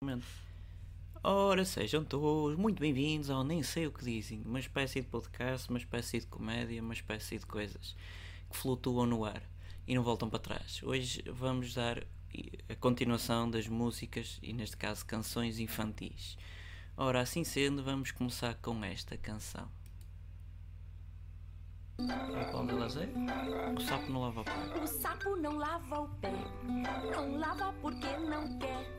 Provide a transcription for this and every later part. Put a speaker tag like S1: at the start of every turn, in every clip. S1: Momento. Ora, sejam todos muito bem-vindos ao Nem Sei O Que Dizem, uma espécie de podcast, uma espécie de comédia, uma espécie de coisas que flutuam no ar e não voltam para trás. Hoje vamos dar a continuação das músicas e, neste caso, canções infantis. Ora, assim sendo, vamos começar com esta canção. Sabe qual delas é? O sapo não lava o pé.
S2: O sapo não lava o pé, não lava porque não quer.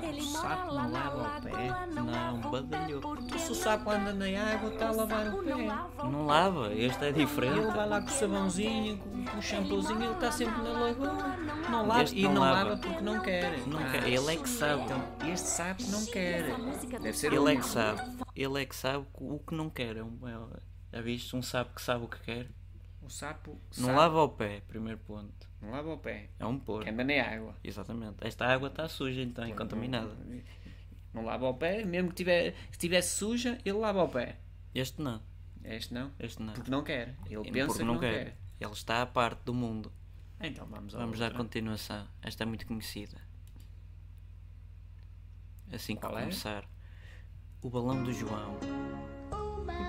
S2: Ele
S1: O
S2: mora
S1: sapo
S2: lá
S1: não
S2: na
S1: lava o pé?
S2: lagoa, não,
S1: Não,
S2: lava o pé
S1: badalhoco.
S2: porque
S3: Se o
S2: não
S3: sapo
S2: quer.
S3: anda na água,
S1: tá
S3: está a lavar
S2: sapo
S3: o
S2: não
S3: pé.
S2: lava o
S1: Não
S2: pé.
S1: lava, este é
S3: Ele
S1: diferente.
S3: vai lá com o sabãozinho, com com o shampoozinho, ele está sempre na lagoa. Não lava
S1: Este
S3: e
S1: não
S3: não
S1: lava.
S3: lava porque não quer.
S1: Não
S3: Ah,
S1: quer, ele é que sabe.
S3: Então, este sapo não quer. Deve ser
S1: Ele é
S3: um.
S1: que sabe.
S2: Então
S1: Ele é que sabe o que não quer. É um, é, já viste um sapo que sabe o que quer?
S3: O sapo,
S1: Não
S3: sapo-
S1: lava o pé, primeiro ponto.
S3: não lava o pé.
S1: É um porco.
S3: Que anda na água.
S1: Exatamente. Esta água está suja então e contaminada.
S3: Não lava o pé, mesmo que tiver, que estivesse suja, ele lava o pé.
S1: Este não.
S3: Este não.
S1: Este não.
S3: Porque não quer. Ele pensa
S1: Porque
S3: que não quer.
S1: Ele está à parte do mundo.
S3: Então vamos ao
S1: Vamos dar
S3: outro.
S1: continuação. Esta é muito conhecida. Assim que
S3: Qual é?
S1: começar. O balão do João.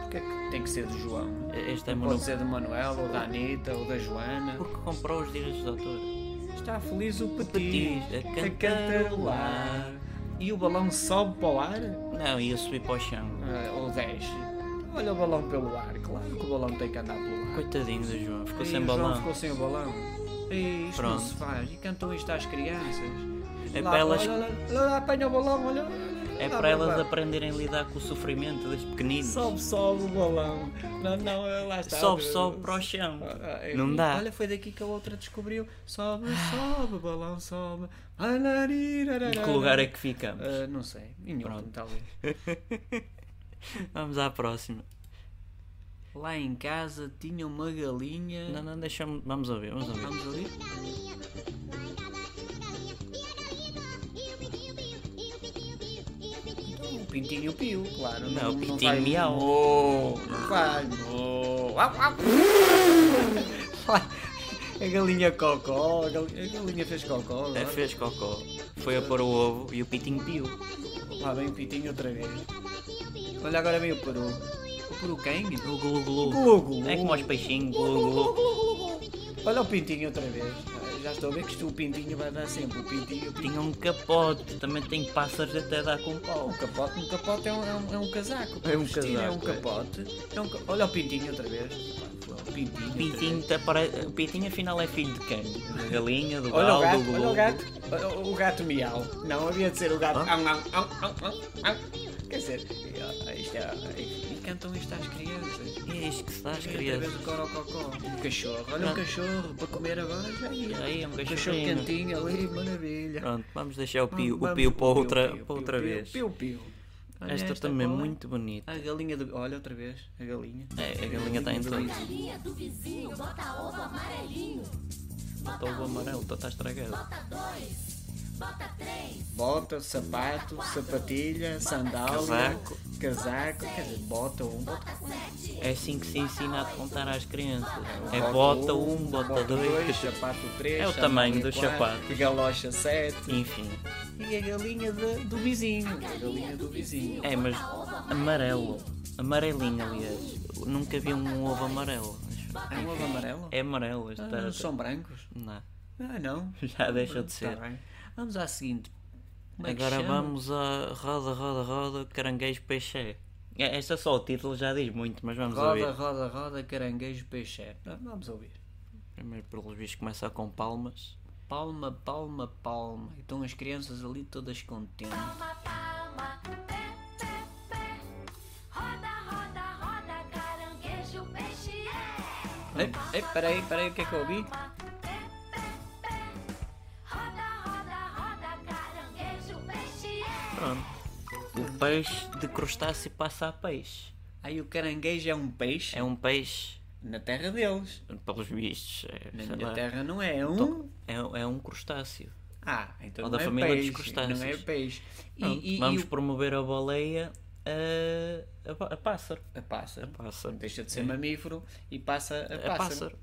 S3: Porque é que tem que ser do João?
S1: Esta é
S3: Não
S1: muito.
S3: Pode ser do Manuel, ou da Anitta, ou da Joana.
S1: Porque comprou os direitos de autor.
S3: Está feliz o
S1: Petit
S3: Petit
S1: a
S3: a cantarolar E o balão sobe para o ar?
S1: Não, ia subir para o chão.
S3: Ah, ou desce? Olha o balão pelo ar, claro que o balão tem que andar pelo ar.
S1: Coitadinho do João, ficou
S3: E
S1: sem
S3: o João
S1: balão.
S3: ficou sem o balão. E isto
S1: Pronto.
S3: não se faz. E cantam isto às crianças.
S1: É
S3: Lá,
S1: para elas-
S3: Olha, olha, olha, olha, apanha o balão, olha. olha,
S1: É
S3: lá
S1: para
S3: vai o
S1: elas
S3: balão.
S1: aprenderem a lidar com o sofrimento desde pequeninos.
S3: Sobe, sobe o balão. Não, não, lá está.
S1: Sobe, sobe para o chão.
S3: Ah,
S1: Não
S3: eu-
S1: dá.
S3: Olha, foi daqui que a outra descobriu. Sobe, sobe, balão, sobe. Alarirarara.
S1: Em que lugar é que ficamos?
S3: Ah, não sei. Em último, talvez.
S1: Vamos à próxima.
S3: Lá em casa tinha uma galinha.
S1: Não, não, deixa-me. Vamos ouvir, vamos ouvir.
S3: Vamos ouvir? O Um pintinho piu, claro.
S1: Não, o pintinho
S3: vai-
S1: miau.
S3: Oh, não vai, oh. Au, au. A galinha cocó, a galinha, a galinha fez cocó.
S1: É,
S3: agora.
S1: fez cocó. Foi a pôr o ovo e o pitinho piu.
S3: Lá vem o pintinho outra vez. Olha, agora vem o peru. O peru quem?
S1: O glu glu.
S3: Glu, glu.
S1: É como os peixinhos, glu glu.
S3: Olha o pintinho outra vez. Já estou a ver que isto o pintinho vai dar sempre. O pintinho, o pintinho.
S1: Tinha um capote, também tem pássaros até dar com
S3: Oh,
S1: pau.
S3: um capote, um capote é um, é um, é um casaco.
S1: É um
S3: Vestir É um
S1: casaco, é.
S3: capote. É um ca- Olha o pintinho outra vez. O pintinho.
S1: O Pitinho, até pare- o pitinho afinal é filho de quem? Da galinha, do
S3: Olha o
S1: galo,
S3: gato,
S1: do glu
S3: olha o gato. Olha o- o gato miau. Não, havia de ser o gato.
S1: Hã?
S3: Au, au, au, au, au, au. Quer dizer, isto é. E cantam isto às crianças.
S1: É isto que se dá às
S3: Outra vez
S1: crianças.
S3: o corococó. Um cachorro. Olha
S1: Não.
S3: um cachorro para comer agora. Já ia.
S1: Aí é um Ah.
S3: Um
S1: cachorro
S3: cachorro cantinho ali, maravilha.
S1: Pronto, vamos deixar o pio, o
S3: Vamos-
S1: pio para
S3: piu,
S1: outra,
S3: piu,
S1: para
S3: piu,
S1: outra
S3: piu,
S1: vez.
S3: piu, piu. Olha
S1: Esta, também é
S3: qual é?
S1: muito bonita.
S3: A galinha do. Olha outra vez, a galinha.
S1: É, a galinha está em
S3: do-
S1: todos.
S2: Galinha do vizinho, bota ovo amarelinho.
S1: Está o amarelo, está estragado.
S2: Bota dois, bota três.
S3: Bota, sapato, sapatilha, sandália,
S1: Casaco.
S3: casaco, quer dizer, bota um, bota
S1: É assim que se ensina a contar às crianças.
S3: um,
S1: É bota um, bota dois.
S3: sapato três,
S1: É o tamanho
S3: sandália
S1: do
S3: quatro,
S1: sapato.
S3: galocha sete
S1: Enfim.
S3: e a galinha de- do vizinho, a galinha do vizinho.
S1: É, mas amarelo. Amarelinho, aliás. Eu Nunca vi um ovo amarelo.
S3: É um ovo amarelo?
S1: É amarelo
S3: Ah,
S1: esta.
S3: não, são brancos?
S1: Não.
S3: Ah, não.
S1: Já deixou de
S3: Tá
S1: ser.
S3: bem. Vamos à seguinte. Como é que
S1: Agora
S3: chama?
S1: vamos a roda, roda, roda, caranguejo, peixe. É, Esta só o título já diz muito, mas vamos
S3: Roda,
S1: ouvir.
S3: roda, roda, caranguejo, peixe. Ah, Vamos ouvir.
S1: Primeiro, pelos vistos, começa com palmas.
S3: Palma, palma, palma. E estão as crianças ali todas contentes.
S2: Palma, palma, pé, pé, pé. Roda, roda, roda, caranguejo, peixe. É.
S3: Ei, ei, peraí, peraí, o que é que eu ouvi?
S2: Pé, pé, pé. Roda, roda, roda, caranguejo, peixe. É.
S1: Pronto. O peixe de crustáceo passa a peixe.
S3: Aí o caranguejo é um peixe
S1: É um peixe,
S3: na terra deles.
S1: pelos vistos. É,
S3: Na
S1: sei
S3: minha
S1: lá,
S3: terra não é é um.
S1: é, é um crustáceo.
S3: Ah, então
S1: Ou
S3: não
S1: da
S3: é
S1: família dos
S3: peixe.
S1: crustáceos.
S3: Não é peixe. E,
S1: Pronto,
S3: e,
S1: vamos
S3: e o
S1: promover a boleia a,
S3: Ah,
S1: a, pa- a pássaro.
S3: a pássaro.
S1: Pássaro.
S3: Deixa de ser mamífero e passa a
S1: A
S3: pássaro.
S1: É. pássaro.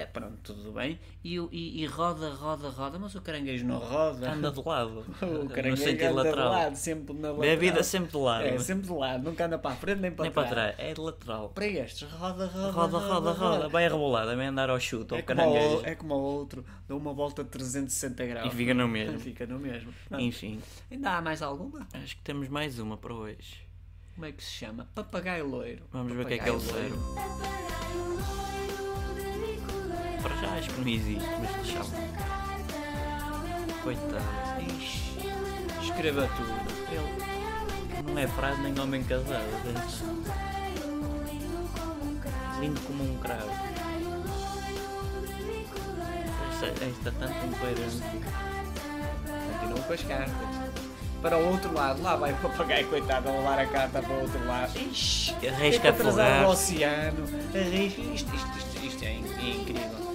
S3: eh, pronto, tudo bem, e, o- e- e roda, roda, roda, mas o caranguejo não roda.
S1: Anda de lado.
S3: o
S1: no
S3: caranguejo
S1: sentido
S3: anda
S1: lateral.
S3: de lado, sempre na lateral.
S1: Minha vida sempre de lado.
S3: É, sempre de lado, nunca anda para a frente nem para
S1: Nem para
S3: trás.
S1: trás. É de lateral.
S3: Para estes, roda, roda,
S1: Roda, roda, roda. Vai arrebolada, vai andar ao chute, ao
S3: É como, ao,
S1: caranguejo.
S3: é como ao outro, dá uma volta de 360 graus.
S1: E fica no mesmo.
S3: Fica no mesmo. Pronto.
S1: Enfim,
S3: Ainda há mais alguma?
S1: acho que temos mais uma para hoje.
S3: Como é que se chama? Papagaio loiro.
S1: Vamos ver o que é que
S3: Papagaio
S1: ele serve.
S3: loiro.
S1: Para já acho que não existe, mas deixamos. Coitado.
S3: Ixi, Escreva tudo. Ele
S1: Não é frase nem homem casado. atenção. Lindo como um cravo. Esta, esta tanta incoerência.
S3: continua com as cartas. Para o outro lado, lá vai o papagaio, coitado, a levar a carta para o outro lado. Ixi,
S1: Arrisca
S3: é para atrasar o
S1: afogar-se.
S3: oceano. Arrisca. Isto, isto, isto, isto é, in- é incrível.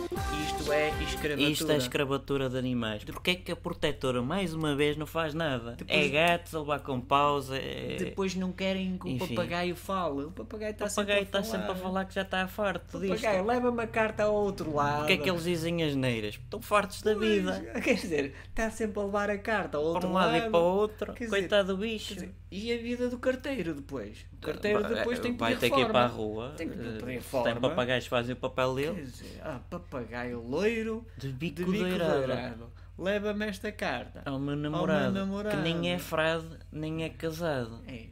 S3: Isto é escravatura.
S1: Isto é escravatura de animais. Porquê é que a protetora, mais uma vez, não faz nada?
S3: Depois-
S1: É gatos a levar com paus, é...
S3: Depois não querem que o
S1: Enfim.
S3: papagaio fale. O
S1: o
S3: papagaio está sempre,
S1: papagaio está sempre a falar que já está farto disto.
S3: Papagaio, leva-me a carta ao outro lado.
S1: O que é que eles dizem as neiras? Estão fartos da vida.
S3: Quer dizer, está sempre a levar a carta ao outro
S1: Para um lado e para o outro.
S3: Quer dizer-
S1: Coitado do
S3: Quer
S1: bicho.
S3: dizer, E a vida do carteiro depois? O carteiro depois tem que
S1: Vai
S3: pedir
S1: ter que ir
S3: reforma.
S1: para a rua.
S3: Tem que
S1: eh,
S3: pedir
S1: se
S3: reforma.
S1: Tem papagaios que fazem o papel
S3: Quer
S1: dele.
S3: dizer, ah, papagaio loiro
S1: De bico
S3: de bico
S1: doirado.
S3: doirado. Leva-me esta carta.
S1: Ao meu namorado.
S3: namorado.
S1: Que nem é frade, nem é casado.
S3: Enfim.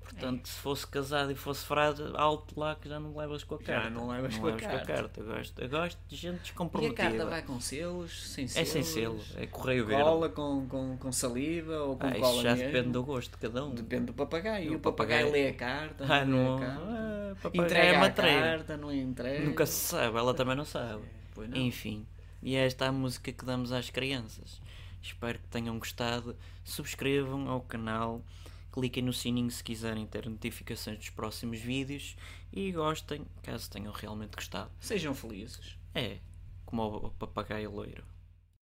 S1: Portanto, se fosse casado e fosse frade, alto lá que já não levas com a
S3: Já
S1: carta.
S3: não levas com a carta.
S1: Eu gosto, eu gosto de gente
S3: E a
S1: descomprometida.
S3: carta vai com selos? Sem
S1: É
S3: selos?
S1: sem selo, é correio verde.
S3: Cola com, com, com saliva ou com
S1: Ah,
S3: cola
S1: isso já
S3: mesmo?
S1: depende do gosto de cada um.
S3: Depende do papagaio. E
S1: Do
S3: o papagaio,
S1: papagaio.
S3: lê a carta.
S1: Ah, não.
S3: lê a carta.
S1: Ah, papagaio é
S3: Entrega a
S1: matreiro.
S3: carta, não entrega. É,
S1: Nunca se sabe, ela também não sabe.
S3: Pois não.
S1: Enfim, e esta é a música que damos às crianças. Espero que tenham gostado. Subscrevam ao canal, cliquem no sininho se quiserem ter notificações dos próximos vídeos e gostem, caso tenham realmente gostado.
S3: Sejam felizes.
S1: É, como o papagaio loiro.